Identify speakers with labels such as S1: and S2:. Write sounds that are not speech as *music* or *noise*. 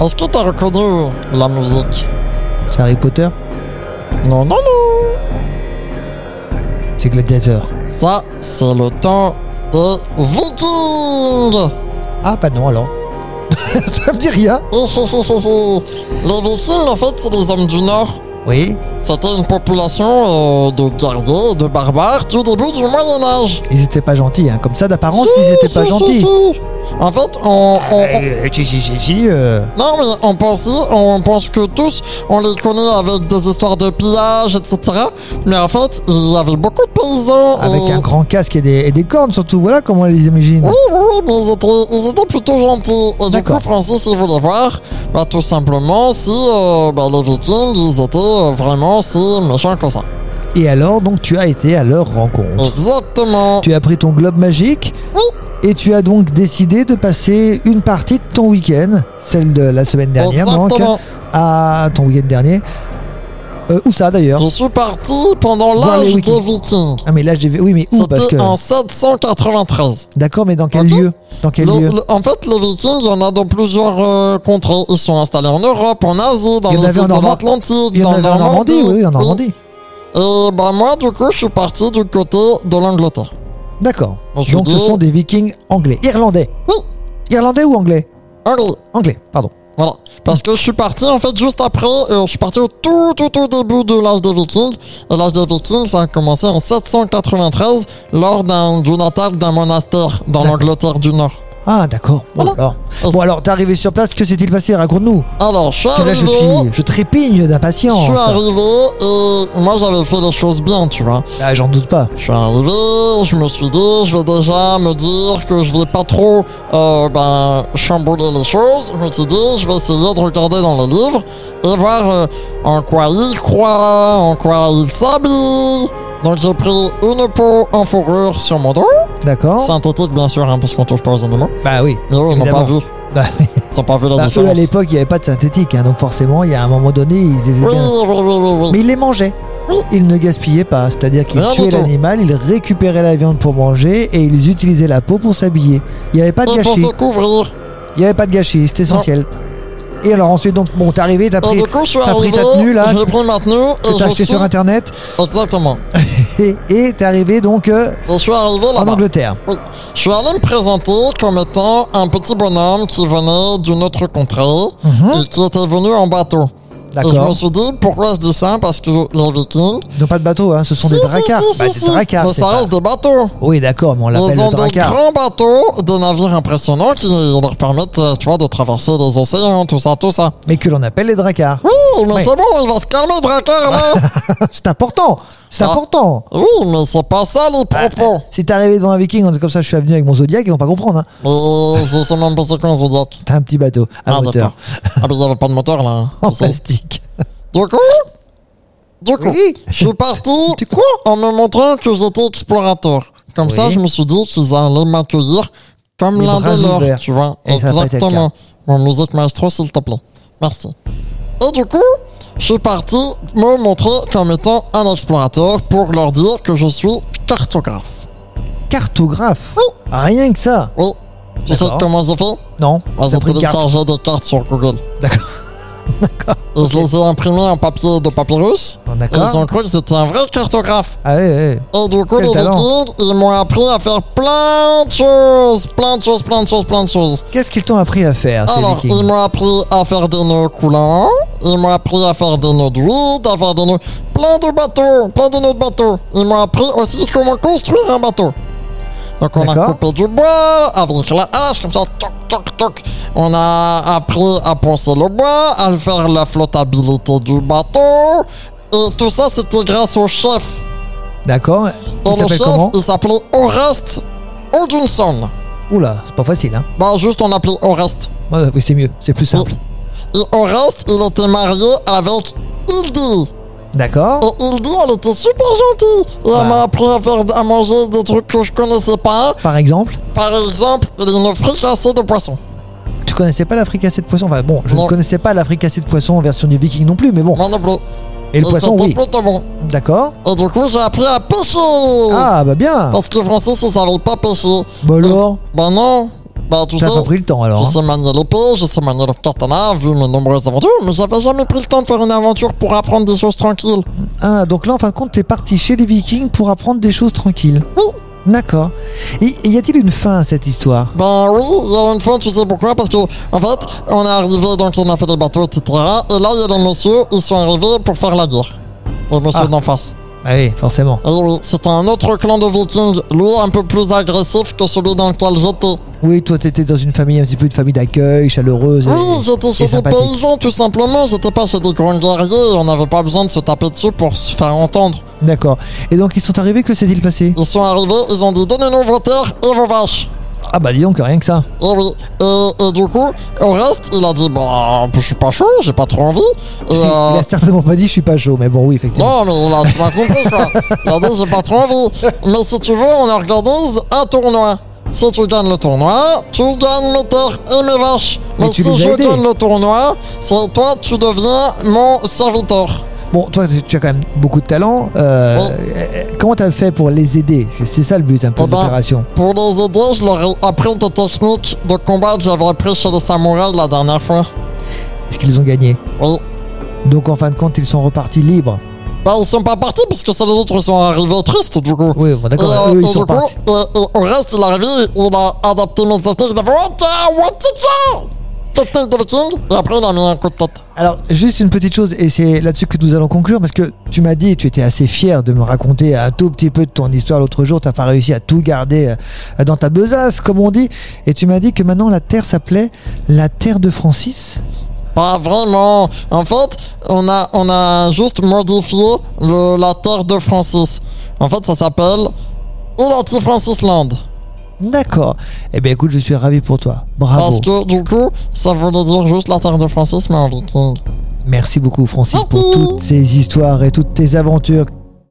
S1: Est-ce que t'as reconnu la musique
S2: C'est Harry Potter
S1: Non, non, non
S2: C'est Gladiator
S1: Ça, c'est le temps des Vikings
S2: Ah bah non alors. *laughs* ça me dit rien.
S1: Hi, hi, hi, hi, hi. Les Vikings, en fait, c'est les hommes du Nord.
S2: Oui.
S1: C'était une population euh, de guerriers et de barbares du début du Moyen-Âge.
S2: Ils étaient pas gentils, hein. Comme ça d'apparence, ils étaient pas gentils.
S1: En fait, on, on- on-
S2: Euh, si, si, si, si, euh,
S1: Non, mais on pense, on pense que tous, on les connaît avec des histoires de pillage, etc. Mais en fait, il y avait beaucoup de paysans.
S2: avec
S1: et-
S2: un grand casque et des, et des cornes surtout. Voilà comment on les imagine.
S1: Oui, oui, oui, mais ils étaient, ils étaient plutôt gentils. Et du coup,
S2: D'accord.
S1: Francis, il voulait voir, bah, tout simplement, si euh, bah, les Vikings, ils étaient euh, vraiment si méchants que ça.
S2: Et alors, donc, tu as été à leur rencontre.
S1: Exactement.
S2: Tu as pris ton globe magique.
S1: Oui.
S2: Et tu as donc décidé de passer une partie de ton week-end, celle de la semaine dernière, donc,
S1: Exactement.
S2: à ton week-end dernier. Euh, où ça d'ailleurs
S1: Je suis parti pendant
S2: Voir les
S1: l'âge des
S2: Vikings.
S1: Vikings.
S2: Ah mais là j'ai vu. Oui mais où parce
S1: C'était
S2: que.
S1: en 793.
S2: D'accord mais dans quel
S1: Pardon
S2: lieu Dans quel
S1: Le-
S2: lieu
S1: le- en fait, les Vikings, il y en a dans plusieurs euh, contrées. Ils sont installés en Europe, en Asie, dans
S2: Il y en
S1: les
S2: avait
S1: îles
S2: en
S1: de
S2: Normand-
S1: l'Atlantique,
S2: Il y en
S1: dans
S2: avait en Normandie, oui, en
S1: Oui.
S2: Normandie.
S1: Et bah moi, du coup, je suis parti du côté de l'Angleterre.
S2: D'accord.
S1: On se
S2: Donc ce
S1: dit-
S2: sont des Vikings anglais, irlandais.
S1: Oui,
S2: Irlandais ou anglais
S1: allez,
S2: Anglais, pardon.
S1: voilà. Parce que je suis parti, en fait, juste après, euh, je suis parti au tout, tout, tout début de l'âge des Vikings. Et l'âge des Vikings, ça a commencé en 793, lors d'un- d'une attaque d'un monastère dans
S2: D'accord.
S1: l'Angleterre du Nord.
S2: Ah d'accord. Bon
S1: Voilà.
S2: alors,
S1: On
S2: bon,
S1: s-
S2: alors t'es arrivé sur place, que s'est-il passé Raconte-nous.
S1: Alors, je suis
S2: Parce que là je
S1: arrivé...
S2: suis, je trépigne
S1: Je suis
S2: d'impatience.
S1: arrivé et moi j'avais fait les choses bien, tu vois.
S2: Ah j'en doute pas.
S1: Je suis arrivé, je me suis dit, je vais déjà me dire que je vais pas trop euh, ben, chambouler les choses. Je me suis dit, je vais essayer de regarder dans les livres et voir euh, en quoi ils croient, en quoi ils s'habillent. Donc j'ai pris une peau en fourrure sur mon dos,
S2: D'accord.
S1: synthétique bien sûr, hein, parce qu'on touche pas aux animaux.
S2: Bah oui.
S1: Mais eux, ils n'ont pas
S2: Évidemment.
S1: vu,
S2: Bah,
S1: ils n'ont pas vu la
S2: bah, eux,
S1: différence.
S2: à l'époque il n'y avait pas de synthétique, hein, donc forcément il y a un moment donné ils étaient
S1: oui,
S2: bien-
S1: oui, oui, oui, oui.
S2: Mais ils les mangeaient.
S1: Oui.
S2: Ils ne gaspillaient pas, c'est-à-dire qu'ils
S1: Rien du
S2: tuaient
S1: tout.
S2: l'animal, ils récupéraient la viande pour manger et ils utilisaient la peau pour s'habiller. Il n'y avait pas de
S1: Et Oh, pour
S2: gâchis.
S1: se couvrir.
S2: Il n'y avait pas de gâchis, c'était essentiel. Et alors ensuite, donc, bon, t'es arrivé, t'as
S1: Et
S2: pris,
S1: du coup, je suis
S2: t'as pris
S1: arrivé,
S2: ta tenue, là,
S1: j'ai pris ma tenue
S2: que
S1: et
S2: t'as
S1: je
S2: acheté
S1: suis...
S2: sur internet,
S1: Exactement.
S2: et et t'es arrivé donc euh,
S1: Je suis arrivé
S2: en
S1: là-bas.
S2: Angleterre.
S1: Oui. Je suis allé me présenter comme étant un petit bonhomme qui venait d'une autre contrée
S2: Mhm.
S1: et qui était venu en bateau. Et je me
S2: D'accord.
S1: suis dit, pourquoi je dis ça Parce que les vikings...
S2: Ils n'ont pas de bateau, hein, ce sont
S1: Si,
S2: des
S1: si,
S2: dracards.
S1: si,
S2: bah,
S1: si,
S2: des
S1: si.
S2: dracards,
S1: Mais
S2: c'est
S1: ça
S2: pas-
S1: reste des bateaux.
S2: Oui, d'accord, mais on l'appelle
S1: Ils ont
S2: le
S1: des
S2: dracard.
S1: grands bateaux, des navires impressionnants qui leur permettent, euh, tu vois, de traverser les océans, tout ça, tout ça.
S2: Mais que l'on appelle les dracards.
S1: Oui, mais
S2: Oui. Ah.
S1: c'est bon, il va se calmer, Drakkar, là
S2: *laughs* c'est important, c'est
S1: Ah.
S2: important.
S1: Oui, mais c'est pas ça, les
S2: Bah,
S1: propos
S2: Si t'es arrivé devant un viking, on dit comme ça, je suis venu avec mon zodiaque, ils vont pas comprendre. Hein.
S1: Mais je sais même pas c'est quoi, Zodiac.
S2: T'as un petit bateau à
S1: Ah,
S2: moteur
S1: d'accord. Ah, mais il y avait pas de moteur, là. hein.
S2: *laughs* en
S1: Ça,
S2: plastique.
S1: Du coup, du coup,
S2: Oui.
S1: je suis parti
S2: *laughs* Tu quoi
S1: en me montrant que j'étais explorateur. Comme
S2: Oui.
S1: ça, je me suis dit qu'ils allaient m'accueillir comme
S2: Les
S1: l'un
S2: bras
S1: des leurs,
S2: ouverts.
S1: tu vois.
S2: Et ça a pas été le
S1: Exactement. Mon musique maestro, s'il te plaît. Merci. Et du coup, je suis parti me montrer comme étant un explorateur pour leur dire que je suis cartographe.
S2: Cartographe
S1: Oui.
S2: Rien que ça
S1: Oui. Tu sais
S2: D'accord.
S1: comment j'ai fait
S2: Non,
S1: Moi,
S2: t'as
S1: J'ai
S2: pris une carte.
S1: téléchargé des cartes sur Google.
S2: D'accord. *laughs*
S1: Et je les ai imprimées en papier de papyrus.
S2: Bon,
S1: Et ils
S2: D'accord.
S1: ont cru que c'était un vrai cartographe.
S2: Ah ouais, ouais.
S1: Et du coup,
S2: Quel
S1: les
S2: talent.
S1: Vikings, ils m'ont appris à faire plein de choses, plein de choses, plein de choses, plein de choses.
S2: Qu'est-ce qu'ils t'ont appris à faire, ces
S1: Alors, ils
S2: vikings
S1: m'ont appris à faire des nœuds coulants, ils m'ont appris à faire des nœuds druides, à faire des nœuds... Plein de bateaux, plein de nœuds de bateaux. Ils m'ont appris aussi comment construire un bateau. Donc on a
S2: D'accord.
S1: coupé du bois avec la hache, comme ça, toc, toc, toc. On a appris à poncer le bois, à faire la flottabilité du bateau. Et tout ça, c'était grâce au chef
S2: D'accord.
S1: et
S2: Ils
S1: le
S2: s'appellent
S1: chef,
S2: comment
S1: il s'appelait Orest Odunson.
S2: Oula, c'est pas facile, hein
S1: Bah, juste on l'appelait Orest.
S2: Ouais, oui, C'est mieux, c'est plus simple.
S1: Oh. Et Orest, il était marié avec Hildy.
S2: D'accord
S1: Et Hildy, elle était super gentille. Et elle
S2: Ah.
S1: m'a appris à, faire, à manger des trucs que je connaissais pas.
S2: Par exemple,
S1: Par exemple, une fricassée de poisson.
S2: tu connaissais pas la fricassée de poisson Enfin bon, je
S1: Non.
S2: ne connaissais pas la fricassée de poisson en version du viking non plus, mais bon.
S1: Moi non plus.
S2: Et le
S1: Et
S2: poisson,
S1: c'était
S2: oui.
S1: plutôt bon.
S2: D'accord
S1: Et du coup, j'ai appris à pêcher.
S2: Ah, bah bien
S1: Oh. Parce que Francis, il savait pas pêcher.
S2: Bon alors
S1: Bah non. Bah, tu sais,
S2: T'as pas pris le temps alors.
S1: Oh. je
S2: hein.
S1: sais manier l'épée, je sais manier le katana, vu mes nombreuses aventures, mais j'avais jamais pris le temps de faire une aventure pour apprendre des choses tranquilles.
S2: Ah, donc là, en fin de compte, t'es parti chez les Vikings pour apprendre des choses tranquilles.
S1: Oui.
S2: D'accord. Et et y a-t-il une fin à cette histoire
S1: Ben oui, il y a une fois, tu sais pourquoi Parce que, en fait, on est arrivé, donc on a fait des bateaux, etc. Et là, il y a des messieurs, ils sont arrivés pour faire la guerre. Les messieurs
S2: Ah.
S1: d'en face.
S2: Ah oui, forcément.
S1: Et oui, c'était un autre clan de vikings, lui un peu plus agressif que celui dans lequel j'étais.
S2: Oui, toi, t'étais dans une famille, un petit peu une famille d'accueil, chaleureuse. et-
S1: Oui, j'étais chez des
S2: sympathique.
S1: paysans, tout simplement. J'étais pas chez des grands guerriers, on n'avait pas besoin de se taper dessus pour se faire entendre.
S2: D'accord. Et donc, ils sont arrivés, que s'est-il passé
S1: Ils sont arrivés, ils ont dit donnez-nous vos terres et vos vaches.
S2: Ah bah dis donc, rien que ça.
S1: Et oui. Et, et du coup, au reste, il a dit bah, je suis pas chaud, j'ai pas trop envie.
S2: *laughs*
S1: Et, euh,
S2: Il a certainement pas dit je suis pas chaud, mais Oh. bon, oui, effectivement.
S1: Non, mais il a, tu m'as compris, quoi. Il a dit, j'ai pas trop envie. Mais si tu veux, on organise un tournoi. Si tu gagnes le tournoi, tu gagnes mes terres et mes vaches.
S2: Mais
S1: Mais,
S2: tu
S1: si
S2: les as
S1: je
S2: aidés.
S1: gagne le tournoi, c'est toi, tu deviens mon serviteur.
S2: Bon, toi, tu- tu as quand même beaucoup de talent. Euh,
S1: Bon.
S2: euh, Comment t'as fait pour les aider C'est c'est ça le but un peu
S1: Eh
S2: de
S1: ben,
S2: l'opération.
S1: Pour les aider, je leur ai appris des techniques de combat que j'avais appris chez les samouraïs la dernière fois.
S2: Est-ce qu'ils ont gagné
S1: Oui.
S2: Donc en fin de compte, ils sont repartis libres.
S1: Bah, ils sont pas partis parce que c'est les autres qui sont arrivés tristes, du coup.
S2: Oui, bon, d'accord.
S1: Et, euh,
S2: eux,
S1: et
S2: ils sont
S1: du coup,
S2: partis.
S1: et- et au reste, il est arrivé, il a adapté mes techniques, il a fait What the- what the- the- Technique de viking, et après il a mis un coup de tête.
S2: Alors, juste une petite chose, et c'est là-dessus que nous allons conclure, parce que tu m'as dit, tu étais assez fier de me raconter un tout petit peu de ton histoire l'autre jour, t'as pas réussi à tout garder euh, dans ta besace, comme on dit, et tu m'as dit que maintenant la Terre s'appelait la Terre de Francis
S1: Pas vraiment. En fait, on a, on a juste modifié le, la terre de Francis. En fait, ça s'appelle Ilati Francis Land.
S2: D'accord. Eh bien écoute, je suis ravi pour toi. Bravo.
S1: Parce que du coup, ça voulait dire juste la terre de Francis, mais en viking.
S2: Merci beaucoup Francis pour
S1: Merci.
S2: toutes ces histoires et toutes tes aventures.